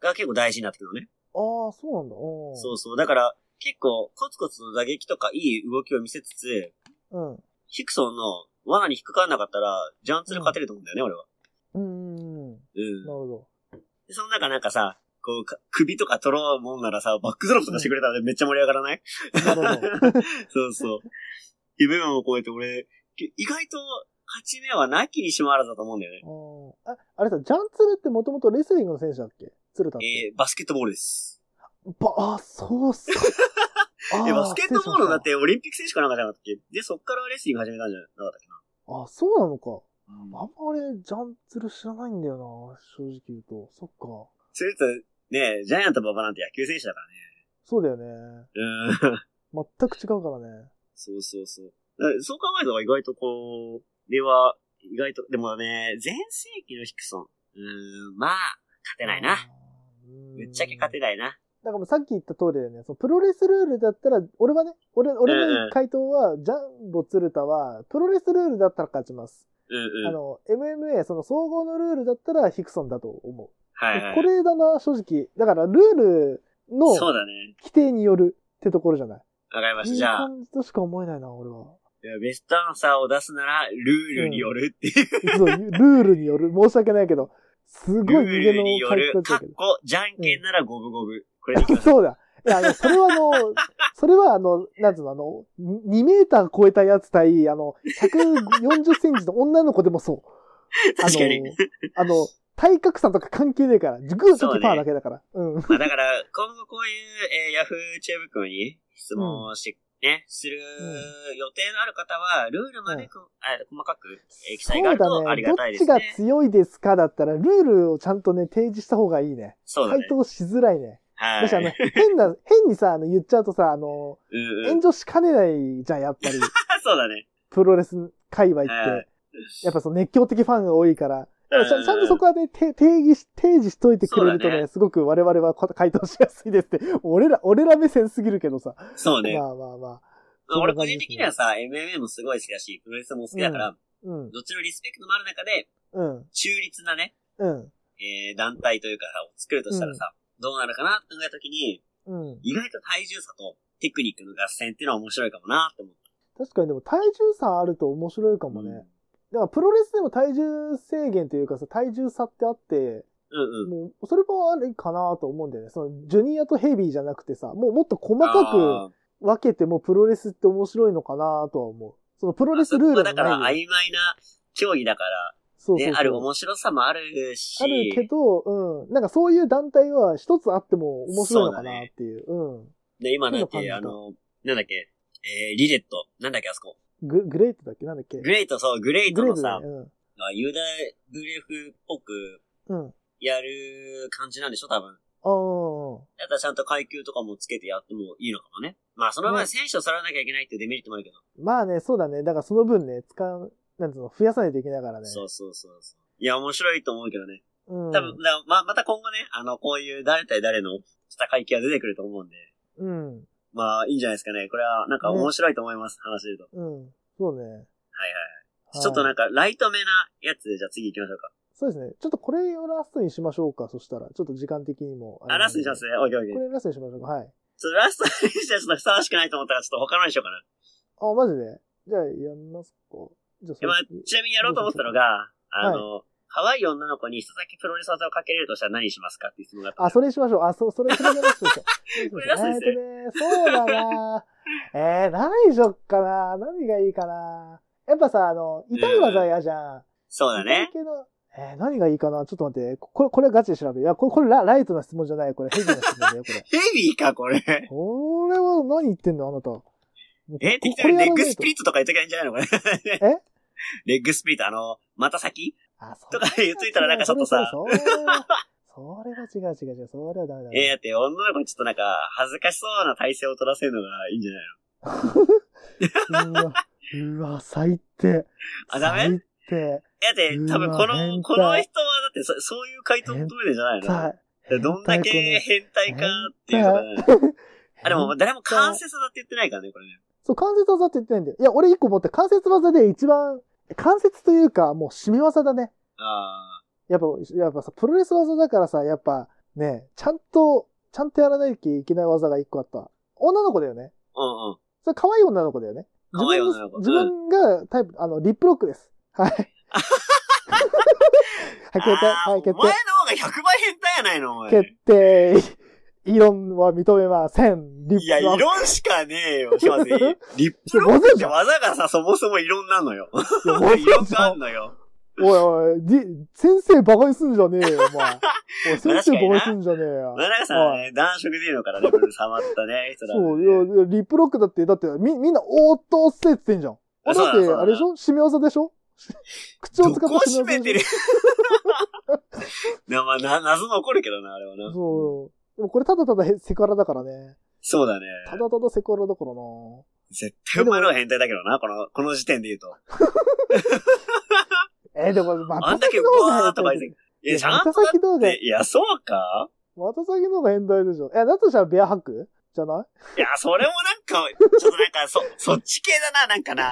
が結構大事になってくるのね。
ああ、そうなんだ。うん。
そうそう。だから、結構、コツコツの打撃とかいい動きを見せつつ、
うん。う
ヒクソンの罠に引っかからなかったら、ジャンツル勝てると思うんだよね、俺は。
ーん。な
うん
る。ほ
で、その中なんかさ、こうか、首とか取ろうもんならさ、バックドロップとかしてくれたらめっちゃ盛り上がらない、
ど。 なるほど。
そうそう。夢も超えて俺、け意外と勝ち目はなきにしもあらずだと思うんだよね。
あーああれさ、ジャンツルってもともとレスリングの選手だっけ鶴田って。
えー、バスケットボールです。
ば、あ、そうっすか。あ
え、バスケットボールだ
失礼しま
っ。
して
オリンピック選手かなんかじゃなかったっけで、そっからレスリング始めたんじゃなかったっけな。
たあ、そうなのか。あ
あ
んまりジャンツル知らないんだよな、正直言うと。そっか。
それと、ねジャイアント馬場なんて野球選手だからね。
そうだよね。
うん。
全く違うからね。
そうそうそう。だからそう考えたら意外とこう、では、意外と、でもね、前世紀のヒクソン。うーん、まあ、勝てないな。
うーん。
ぶっちゃけ勝てないな。
だからもうさっき言った通りだよね。そのプロレスルールだったら、俺はね、俺、俺
うん
の回答は、ジャンボ鶴田は、プロレスルールだったら勝ちます。
うん
あ
うん。
の、MMA、その総合のルールだったらヒクソンだと思う。
はいはい。
これだな、正直。だからルールの
そうだね。
規定によるってところじゃない。
わかりました。
いい
じゃあ、
感じとしか思えないな、俺は。
ベストアンサーを出すなら、ルールによるっていう。
そう、ルールによる。 申し訳ないけど、すごい
ル
逃
ー
げ
ルに
の
よる、
回答
か
だ
っ
けど。
こ、じゃんけんなら五分五分。これでいきます。
そうだ。いや、あの、それはあ の、それはあの、なんつうの、あの、に2メーター超えたやつ対、あの、140センチの女の子でもそう。
確かに。
あの、あの体格差とか関係ねえから、グーときパーだけだから。うん。
まあだから、今後こういう、えー、ヤフーチューブ君に質問をして、ね、する予定のある方は、ルールまでこ、あ細かく、えー記
そ
載があ
う
ると
だ
あり
ね。
が
どった
いで
ち
す
が
ね。
強いですかだったら、ルールをちゃんとね、提示した方がいいね。
そうだ
回
ね。
答しづらいね。
は
だし、あの
い。、
変な、変にさ、あの、言っちゃうとさ、あの、
うんうん。
炎上しかねないじゃん、やっ ぱり。
そうだね。
プロレス界隈って
はい。
やっぱその熱狂的ファンが多いから、
うん
ちゃんちゃんとそこはね、て定義し、提示しといてくれると
そうだ
ね、
ね
すごく我々はこ回答しやすいですって、俺ら、俺ら目線すぎるけどさ。
そうね。
まあまあまあ。
まあ俺個人的にはさ、MMA もすごい好きだし、プロレスも好きだから、
うん。
どっちのリスペクトもある中で、
うん。
中立なね、
うん。
えー団体というかさ、を作るとしたらさ、どうなるかなって考えたときに、
うん。
意外と体重差とテクニックの合戦っていうのは面白いかもなって思った。
確かにでも体重差あると面白いかもね。だからプロレスでも体重制限というかさ、体重差ってあって、
うんうん。
もう、それもあるかなと思うんだよね。その、ジュニアとヘビーじゃなくてさ、もうもっと細か
あー
く分けてもプロレスって面白いのかなとは思う。そのプロレスルール
ま
も
あ
な
だ
い
から
よ
曖昧な競技だから、
そうそうそ
ね、
う
ある面白さもあるし、
あるけど、うん。なんかそういう団体は一つあっても面白いのかなっていう。
で、今なんだっ
そういうの
け、あ
感じた
の、なんだっけ、えー、リレット、なんだっけ、あそ
う
こ。
ん。ググレートだっけなんだっけ
グレート、そう、グレー
グ
ト
レー
の
トだ
さ
ね。、うん
まあユダブレフっぽく。
うん。
やる感じなんでしょ、多分。
あー
だったらちゃんと階級とかもつけてやってもいいのかもね。まあ、その
ね
分選手をさらなきゃいけないっていうデメリットもあるけど。
まあね、そうだね。だからその分ね、使う、なんつうの、増やさないといけないからね。
そうそうそうそう。いや、面白いと思うけどね。
うん。
多分、だまあ、また今後ね、あの、こういう誰対誰の戦い気が出てくると思うんで。
うん。
まあ、いいんじゃないですかね。これは、なんか面白いと思います、話してると。
うん。そうね。
はいはい
は。い
ちょっとなんか、ライトめなやつで、じゃあ次行きましょうか。
そうですね。ちょっとこれをラストにしましょうか。そしたら、ちょっと時間的にもれな
あ、ラ
ん
ス
で
トにしますね。オッケーオッケー
こ。れラストにしましょうか。はい。
ちょっとラストにしてはちょっとふさわしくないと思ったから、ちょっと他のにしようかな。
あ、マジでじゃあ、やりますか。じゃあ、
でまあ
そっち
ちなみにやろうと思ってたのが、あの、可愛い女の子に人先プロレス技をかけれるとしたら何しますかっていう質問があった。
あ、それにしましょう。あ、そ、それ、それじゃなくて。 それじゃなくてえーっとね、そうだなえー、何しよっかな何がいいかなやっぱさ、あの、痛い技嫌じゃん。
そうだね。
痛い系のえー、何がいいかなちょっと待って。ここれ、これはガチで調べる。いや、これ、これラライトな質問じゃない。これヘビーな質問だよ、これ。
ヘビーか、これ。え、
これは何言ってんのあなた。え
適当にレッグス
と
プリットとか言っときゃいいんじゃないのこれ。
え
レッグスプリット、あの、また先
あ、そ
とか言っといたらなんかちょっとさ
それはそれはそれは違う違う違う。それはダメだ、
えー、だって女の子にちょっとなんか、恥ずかしそうな体勢を取らせるのがいいんじゃないの
うわ、うわ、最低。
あダメ
最低。
えだって、多分こ
うわ
の、
変態
この人はだってそ、そういう回答を求めてんじゃないの
最
どんだけ変態かっていうのね。あ、でも誰も関節だって言ってないからね、これね。
そう、関節技って言ってないんだよ。いや、俺一個持って、関節技で一番、関節というか、もう締め技だね。
ああ。
やっぱ、やっぱさ、プロレス技だからさ、やっぱ、ね、ちゃんと、ちゃんとやらないといけない技が一個あった。女の子だよね。
うんうん。
それ可愛い女の子だよね。自
可愛い
分
女の
の
子
自分がタイプ、あの、リップロックです。 はい。はい、決定。
あー
はい、決
お前の方が100倍変態やないの、お 前。
定。決定。異論は認めません。リ
いや、
ッ
異
プロック。
論しかねえよ、しま ずい。リップロックって技がさ、そもそも異論なのよ。
いや
異論があんのよ。
おいおい、じ先生バカにすんじゃねえよ、お前。おい、先生バカにすんじゃねえよ
ま。あ、なんかさ、ね、男色でいいのからね、これ触ったね、人だね。
そう、いや、いやリップロックだって、だって、み、みんな、おーっと、おっせって言ってんじゃん。あ
そう
だ
だ
って、
そうだ
あれでしょ締め技でしょ口を使
ど
っ
こ
た
閉めて
で
る
し
な、 まあ、な、謎残るけどな、あれは
ょ
な。
そう。でもこれただただへセクハラだからね。
そうだね。
ただただセクハラだからな。
絶対お前のは変態だけどな、この、この時点で言うと。
えーでも、ま
あんだけ、うわーとか言って。いや、ちゃんと
また
だ
先動
っ
画、
て、いや、そうか
また先の方が変態でしょ。え、だとしたらベアハックじゃない
いや、それもなんか、ちょっとなんか、そ、そっち系だな、なんかな。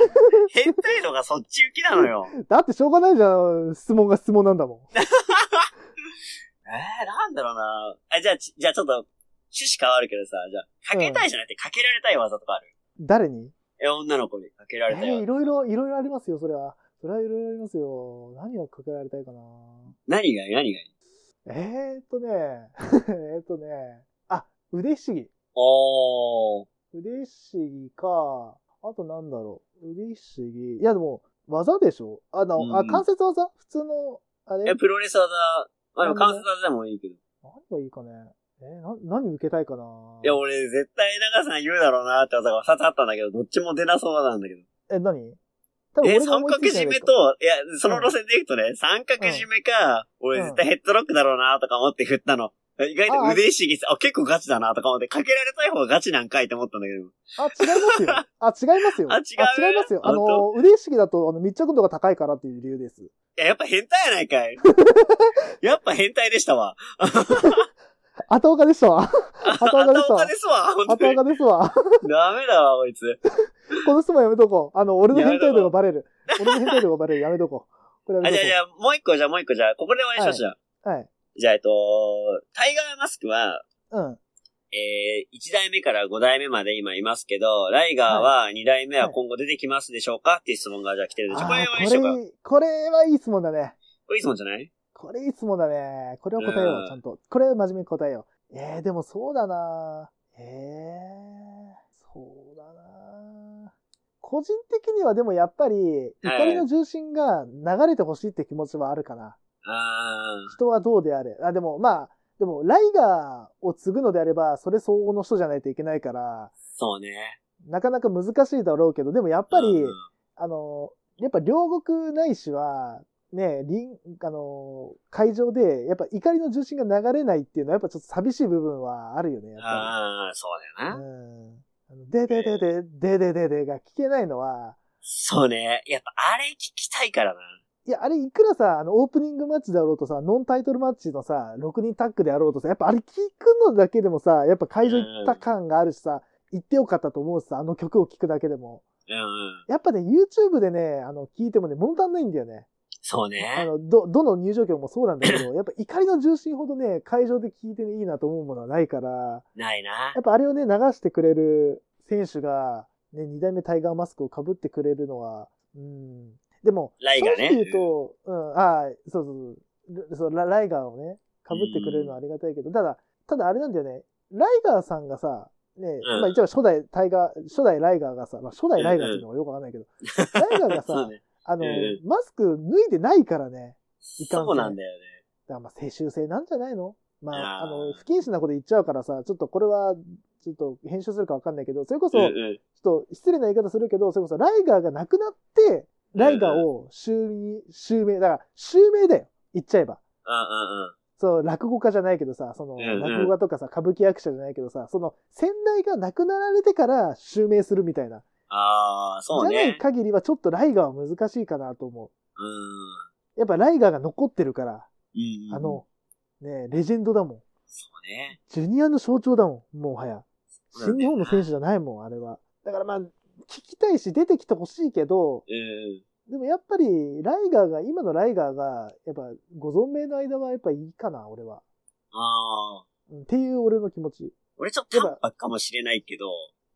変態度がそっち行きなのよ。
だってしょうがないじゃん。質問が質問なんだも
えー、なんだろうな。あ、じゃあ、ちじゃあちょっと、趣旨変わるけどさ、じゃあ、かけたいじゃなくて、かけられたい技とかある。
ん。誰に
え、女の子にかけら
え
れたい
ーい
技。
ろいろ、いろいろありますよ、それは。それはいろいろありますよ。何をかけられたいかな。
何がいい何がいい
えーっとね、 えーっとね、あ、腕ひしぎ。
おー。
腕ひしぎか、あとなんだろう。腕ひしぎ。いや、でも、技でしょあの、
う
あ、
ん
関節技普通の、あれ
え、プロレス技、まあ、でも関節技でもいいけど。い
何がいいかね。えーな、何受けたいかな
や、俺、絶対長さん言うだろうなって技が2つあったんだけど、どっちも出なそうなんだけど。
え、何多
え、
が
三
思い
角
ついて
締
ない
め
やつか
と、いや、その路線でいくとね、三角締めか、俺絶対ヘッドロックだろうなとか思って振ったの。意外と腕意識さ、あ、結構ガチだなとか思って、かけられたい方がガチなんかいって思ったんだけど。
あ、違いますよ。あ、違いますよ。
あ違う
あ違いますよ。あの、腕意識だと、あの、密着度が高いからっていう理由です。
いや、やっぱ変態やな いかい。やっぱ変態でしたわ。
後 岡でしたわ。
あ、
後岡でした
頭
わ
で。すわ、本
後
当に。
岡ですわ。
ダメだわ、こいつ。
この質問やめとこう。あの、俺の変態度がバレる。俺の変態度がバレる。やめとこう。これやめ
あ、
と
じゃ
こ
あじゃあ、もう一個じゃあもう一個じゃあ、ここで終わりにしましょう。
う。はい。
じゃあ、えっと、タイガーマスクは、
うん。
えー、1代目から5代目まで今いますけど、ライガーは2代目は今後出てきますでしょうか、っていう質問がじゃあ来てるんでしょ。
あ
これ
ー
は一緒か。
これ、これはいい質問だね。
これいい質問じゃない
これいい質問だね。これを答えよ
うん
う、ちゃんと。これは真面目に答えよう。えー、でもそうだなえー、そうだな個人的にはでもやっぱり、怒りの重心が流れてほしいって気持ちはあるかな。
あー
人はどうであれ。あ、でもまあ、でも、ライガーを継ぐのであれば、それ相応の人じゃないといけないから、
そうね。
なかなか難しいだろうけど、でもやっぱり、
うん
あの、やっぱ両国ないしは、ね、臨、あの、会場で、やっぱ怒りの重心が流れないっていうのは、やっぱちょっと寂しい部分はあるよね、やっぱ
ああ、そうだ
り。
よ
う
な。
んあの。でででで、ででででが聞けないのは、
そうね。やっぱあれ聞きたいからな。
いや、あれいくらさ、あの、オープニングマッチだろうとさ、ノンタイトルマッチのさ、6人タッグであろうとさ、やっぱあれ聞くのだけでもさ、やっぱ会場行った感があるしさ、行ってよかったと思うしさ、あの曲を聞くだけでも。
うんうん。
やっぱね、YouTube でね、あの、聞いてもね、物足んないんだよね。
そう
あ
ね。
の、ど、どの入場曲もそうなんだけ ど、やっぱ怒りの重心ほどね、会場で聞いていいなと思うものはないから、
ないな
や。っぱあれをね、流してくれる選手が、ね、二代目タイガーマスクを被ってくれるのは、うん。でも、
ライガーね
正直言うと、うん、ああ、そうそうそうルそうラ、ライガーをね、被ってくれるのはありがたいけど、ただ、ただあれなんだよね、ライガーさんがさ、ね、
ん
まあ一応初代タイガー、初代ライガーがさ、まあ初代ライガーっていうのがよくわかんないけど、ライガーが
そう
さ、
ね。
あの、
うん
マスク脱いでないからね、いかんせん
そうなんだよね。
だからまあ、世襲制なんじゃないのまあ、
あ
あ
ー
の、不謹慎なこと言っちゃうからさ、ちょっとこれは、ちょっと編集するかわかんないけど、それこそ、
ん
ち
ん。
ょっと失礼な言い方するけど、それこそライガーが亡くなって、ライガーを襲名、襲名、だから、襲名だよ。言っちゃえば。
うんうんうん。
そう、落語家じゃないけどさ、その、
うんうん
落語家とかさ、歌舞伎役者じゃないけどさ、その、先代が亡くなられてから襲名するみたいな。
ああ、そう
じゃない
ね。
限りは、ちょっとライガーは難しいかなと思
うん
う。やっぱライガーが残ってるから、
うん。うん
あ、の、ね、レジェンドだもん。
そうね。
ジュニアの象徴だもん、もはや。
そうな
新
んだ
日
よ
本の選手じゃないもん、あれは。だからまあ、聞きたいし、出てきてほしいけど、
うん。
でもやっぱり、ライガーが、今のライガーが、やっぱ、ご存命の間はやっぱいいかな、俺は。
ああ。
うん、っていう俺の気持ち。
俺ちょっと淡白かもしれないけど、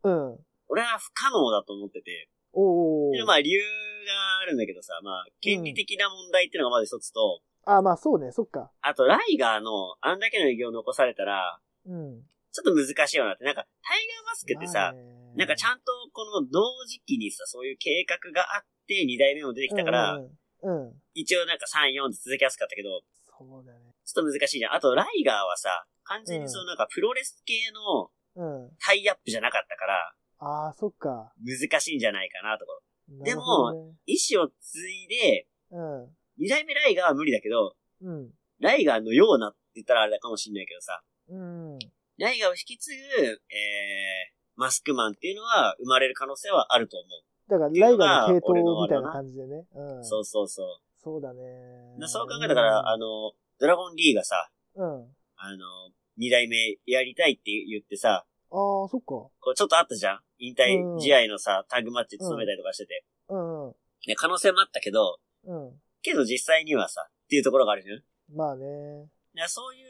うん。
俺は不可能だと思ってて。
おーお
で
ー。
まあ理由があるんだけどさ、まあ、権利的な問題っていうのがまず一つと、
あ、まあそうね、そっか。
あとライガーのあんだけの偉業を残されたら、
うん。
ちょっと難しいよなって、なんかタイガーマスクって
まあ
さ、
ね
なんかちゃんとこの同時期にさ、そういう計画があって2代目も出てきたから、
うんうん、うん。
一応なんか3、4で続きやすかったけど、
そうだね。
ちょっと難しいじゃん。あとライガーはさ、完全にそのなんかプロレス系の
うん。
タイアップじゃなかったから、
ああ、そっか。
難しいんじゃないかなとか。
なるほどね、
意思を継いで、2代目ライガーは無理だけど、
うん。
ライガーのようなって言ったらあれかもしんないけどさ、
うん。うん。
ライガーを引き継ぐ、えー、マスクマンっていうのは生まれる可能性はあると思う。
だから、ライガーの系統みたいな感じでね。うん。
そうそうそう。
そうだね。
だそう考えたから、あの、ドラゴンリーがさ、
うん。あ
あの、二代目やりたいって言ってさ、
あー、そっか。
こうちょっとあったじゃん引退試合のさ、タッグマッチ務めたりとかしてて。
うんうん。
ね、可能性もあったけど、
うん。
けど実際にはさ、っていうところがあるじゃんだか
まあね。
らそういう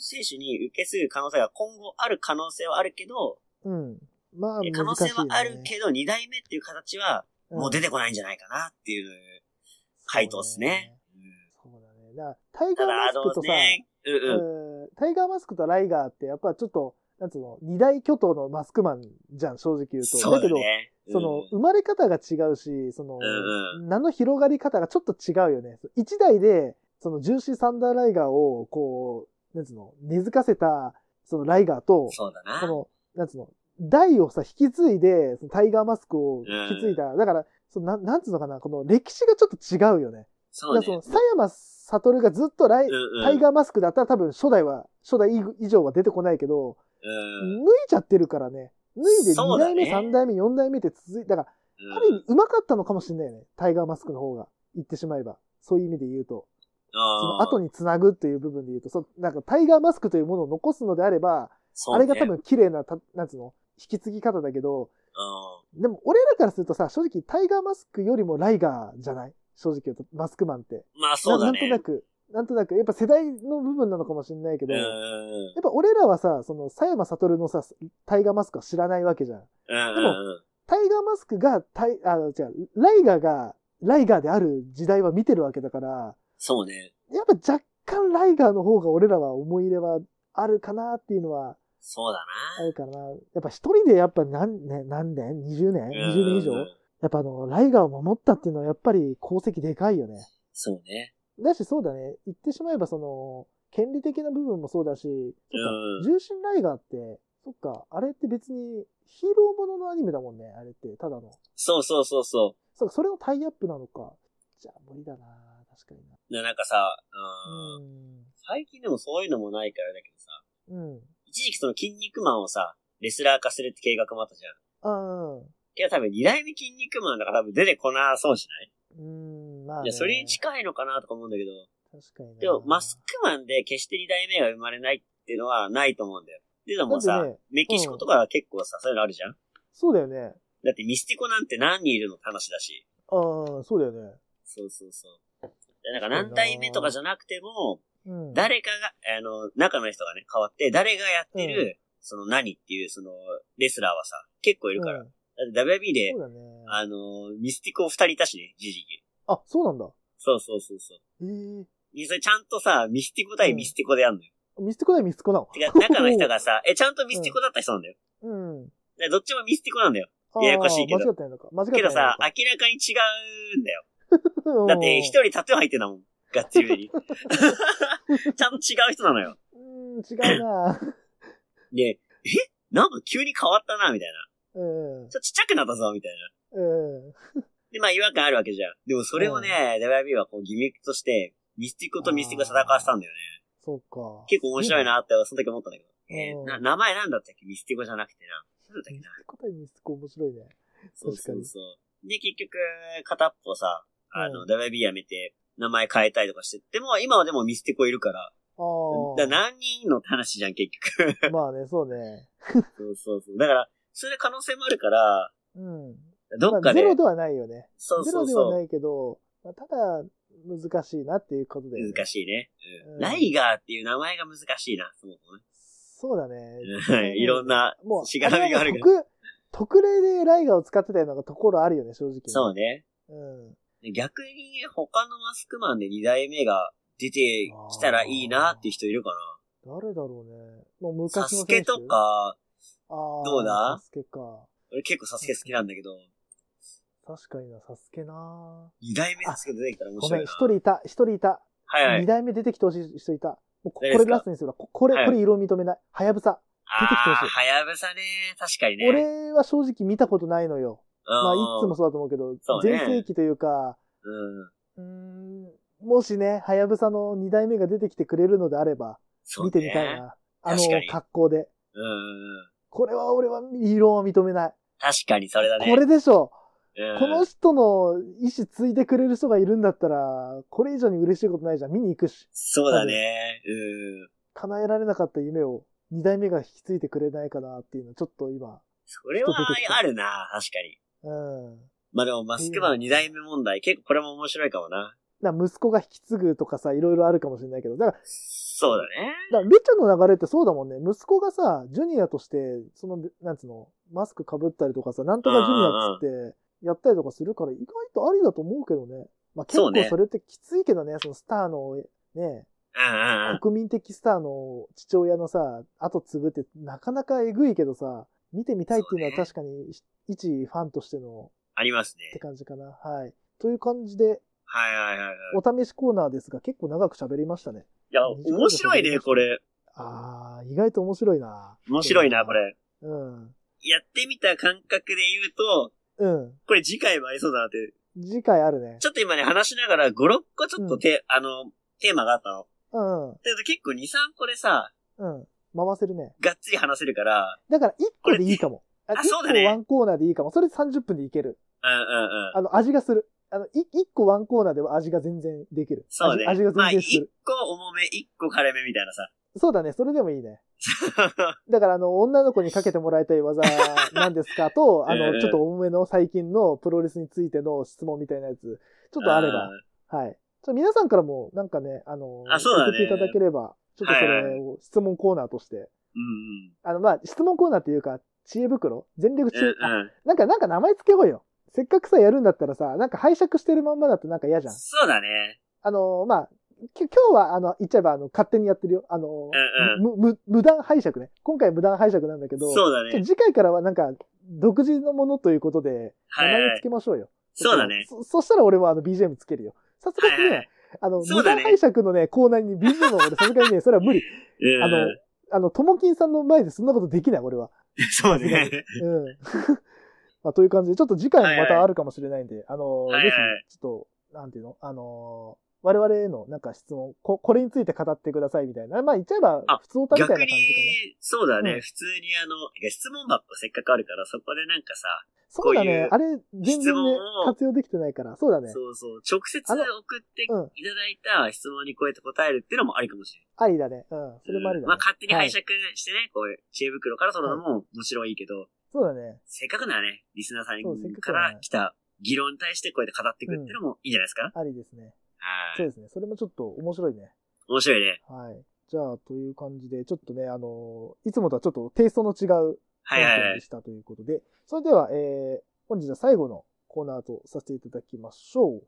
選手に受け継ぐ可能性が今後ある可能性はあるけど、
うん。まあ、難し
え
い、ね。
可能性はあるけど、二代目っていう形は、
うん
もう出てこないんじゃないかなっていう回答ですね。
そうだね。そうだね。だからタイガ
た
ー
だ、
マ
あ
スクと
の
さ、
ね、うんうん。
うんタイガーマスクとライガーって、やっぱちょっと、なんつうの、二大巨頭のマスクマンじゃん、正直言うと。
そうだ
けど、
ね。
その、生まれ方が違うし、その、
うん
名の広がり方がちょっと違うよね。一代で、その、ジューシーサンダーライガーを、こう、なんつうの、根付かせた、そのライガー
う
と
ん、、そうだ
そ
な。
の、なんつうの、代をさ、引き継いで、そのタイガーマスクを引き継いだ。だから、そのなん、なんつうのかな、この歴史がちょっと違うよね。
そう
だ
ね
からそ。の、佐山悟がずっとライ、
うんうん
タイガーマスクだったら多分初代は、初代以上は出てこないけど、脱
うん
いちゃってるからね。脱いで
そ
2
うだ
代
ね
目、3代目、4代目って続いだから、
うん
ある意味上手かったのかもしれないよね。タイガーマスクの方が。言ってしまえば。そういう意味で言うと。その後
に、
に繋ぐっていう部分で言うと、そのなんかタイガーマスクというものを残すのであれば、
そう
あ
ね
れが多、分綺麗なた、なんつうの、引き継ぎ方だけど、でも、俺らからするとさ、正直、タイガーマスクよりもライガーじゃない正直言うと、マスクマンって。
まあ、そうだね。
なんとなく、なんとなく、やっぱ世代の部分なのかもしれないけど、やっぱ俺らはさ、その、佐山悟のさ、タイガーマスクは知らないわけじゃん。でも、タイガーマスクが、タイ、あ、違う、ライガーが、ライガーである時代は見てるわけだから、
そうね。
やっぱ若干ライガーの方が俺らは思い入れはあるかなっていうのは、
そうだ
な。あるかな。やっぱ一人でやっぱ何年、何年 ?20 年 ?20 年以上やっぱあの、ライガーを守ったっていうのはやっぱり功績でかいよね。
そうね。
だしそうだね。言ってしまえばその、権利的な部分もそうだし、そっか、重心ライガーって、そっか、あれって別にヒーローもののアニメだもんね、あれって、ただの。
そうそうそうそう。
そうそれのタイアップなのか。じゃあ無理だな確かに
な。なんかさ、うん。最近でもそういうのもないからだけどさ、
うん。
一時期その筋肉マンをさ、レスラー化するって計画もあったじ
ゃん。うん。
いや、多分二代目筋肉マンだから多分出てこなそうしない
うん、まあ、
ね、いや、それに近いのかなとか思うんだけど。
確かに、ね。
でも、マスクマンで決して二代目が生まれないっていうのはないと思うんだよ。っていうのもさ、ね、メキシコとか結構さ、うん、そういうのあるじゃん
そうだよね。
だってミスティコなんて何人いるの話だし。
ああ、そうだよね。
そうそうそう。なんか何代目とかじゃなくても、誰かが、あの、中の人がね、変わって、誰がやってる、うん、その何っていう、その、レスラーはさ、結構いるから。うん、だって WB で、ね、あの、ミスティコ二人いたしね、じじき。
あ、そうなんだ。。
そうそうそうそう
へえ。
それちゃんとさ、ミスティコ対ミスティコでやんのよ。
うん、ミスティコ対ミスティコなの
てか、中の人がさ、え、ちゃんとミスティコだった人なんだよ。
うん。
うん、どっちもミスティコなんだよ。ややこしいけど。
間違ったのか。間違った
けどさ、明らかに違うんだよ。だって、一人タトゥー入ってんだもん。がっちり に。ちゃんと違う人なのよ。
うん、違うな
で、えなんか急に変わったな、みたい
な。うん。
ちょっとちっちゃくなったぞ、みたい
な。うん。
で、まあ違和感あるわけじゃん。でもそれをね、WIB、うん、はこうギミックとして、ミスティックとミスティックが戦わせたんだよね。
そっか。
結構面白いなって、その時思ったんだけど。うん、えー、な、名前なんだったっけミスティックじゃなくてな。なんだったっけな。ミスティ
ック対ミスティック面白いね。
そうそうそう。で、結局、片っぽさ、あの、WIB やめて、名前変えたりとかして。でも、今はでもミステコいるから。
あ
あ。何人の話じゃん、結
局。 まあね、そうね。
そうそうそう。だから、そういう可能性もあるから、
うん。
どっかで。
ゼロではないよね。
そうそうそう。
ゼロではないけど、まあ、ただ、難しいなっていうことで、
ね。難しいね、うん、うん。ライガーっていう名前が難しいな、そもそもね。
そうだね。
いろんな、
もう、
しがらみがあるけど。
特 例でライガーを使ってたようなところあるよね、正直、ね。
そうね。
うん。
逆に他のマスクマンで二代目が出てきたらいいなって人いるか
な誰だろうね。もう
昔のサスケとか、どうだ
サスケか。
俺結構サスケ好きなんだけど。
確かにな、サスケな
二代目サスケ出てきたら面白いな。
ごめん、一人いた、一人いた。
はいはい。
二代目出てきてほしい人いた。もうこれラストにするわ。これ、これ色認めない。はやぶさ。出てきてほしい。
はやぶさね確かにね。
俺は正直見たことないのよ。まあ、いつもそうだと思うけど、全盛期というか、、
うん
ん、もしね、はやぶさの2代目が出てきてくれるのであれば、
ね、
見てみたいな。あの格好で。
うん。
これは俺は異論は認めない。
確かにそれだね。
これでしょう。この人の意思継いでくれる人がいるんだったら、これ以上に嬉しいことないじゃん。見に行くし。
そうだね。うん。
叶えられなかった夢を2代目が引き継いでくれないかなっていうのちょっと今。
それはあるな、確かに。
うん。
まあでも、マスクマン二代目問題、結構これも面白いかもな。
な息子が引き継ぐとかさ、いろいろあるかもしれないけど、だから、
そうだね。
だから、ルチャの流れってそうだもんね。息子がさ、ジュニアとして、その、なんつうの、マスク被ったりとかさ、なんとかジュニアっつって、やったりとかするから、意外とありだと思うけどね。まあ結構それってきついけどね、そのスターの、ね、国民的スターの父親のさ、後継ぐってなかなかえぐいけどさ、見てみたいっていうのは確かに、一ファンとしての。
ありますね。
って感じかな。はい。という感じで。
はいはいはい、はい。
お試しコーナーですが、結構長く喋りましたね。
いや、面白いね、これ。
ああ、意外と面白いな。
面白いな、これ。
うん。
やってみた感覚で言うと、
うん。
これ次回もありそうだなって。
次回あるね。
ちょっと今ね、話しながら5、6個ちょっとて、うん、あの、テーマがあったの。
うん、うん。
だけど結構2、3個でさ、
うん。回せるね。
がっつり話せるから。
だから1個でいいかも。
あ、そうだね。
ワンコーナーでいいかも。それで30分でいける。
うんうんうん。
あの、味がする。あの、い、一個ワンコーナーでは味が全然できる。
そうね。
味が全然する。
まあ、一個重め、一個軽めみたいなさ。
そうだね、それでもいいね。だから、あの、女の子にかけてもらいたい技なんですか と、あの、ちょっと重めの最近のプロレスについての質問みたいなやつ、ちょっとあれば、はい。ちょ皆さんからも、なんかね、あの、
あそうだね
送っていただければ、ちょっとそれを質問コーナーとして、
うん
あの、まあ、質問コーナーっていうか、知恵袋全力知
うん。う
恵
ん、うん。
なんか、なんか名前つけようよ。せっかくさ、やるんだったらさ、なんか拝借してるまんまだとなんか嫌じゃん。
そうだね。
あのーまあ、き今日は、あの、言っちゃえば、あの、勝手にやってるよ。あのーむ、
う
む、無断拝借ね。今回無断拝借なんだけど、
そうだ
ちょ
ね。
次回からはなんか、独自のものということで、名
はいは
前つ
い。
けましょうよ。
そうだね。
そ。そしたら俺もあの、BGM つけるよ。さすがに
はいは
ね、あの、
そ
無
うだ
断
ね
拝借のね、コーナーに BGM を俺さすがにね、それは無理。
うん。
あの、あの、ともきんさんの前でそんなことできない、俺は。
そうね。
うん。 まあ、という感じで、ちょっと次回もまたあるかもしれないんで、あのー、
はいはい
ぜひ、ちょっと、なんていうのあのー我々へのなんか質問こ、これについて語ってくださいみたいな。まあ言っちゃえば
あ、
普通歌みたいな
逆
感じかな。
に、そうだね、
うん
普通にあの、質問箱せっかくあるから、そこでなんかさ、
そうだ
こうい
ね
う。
あれ、全
質
然ね
問を、
活用できてないから。そうだね。
そうそう、直接送ってい
あのうん
ただいた質問にこうやって答えるっていうのもありかもしれない。
ありだね。うん。それもありだね。
まあ、勝手に拝借してね、こう、知恵袋から取るのももちろんいいけど、
そうだね。
せっかくならね、リスナーさん
そうせっかく
か
なら
ら来た議論に対してこうやって語っていくっていうのもいいんじゃないですか、
ありですね。
はい
そうですね。それもちょっと面白いね。
面白いね。
はい。じゃあ、という感じで、ちょっとね、あのーいつもとはちょっとテイストの違う
はいはいは
で
い。
したということで、それでは、えー、本日は最後のコーナーとさせていただきましょう。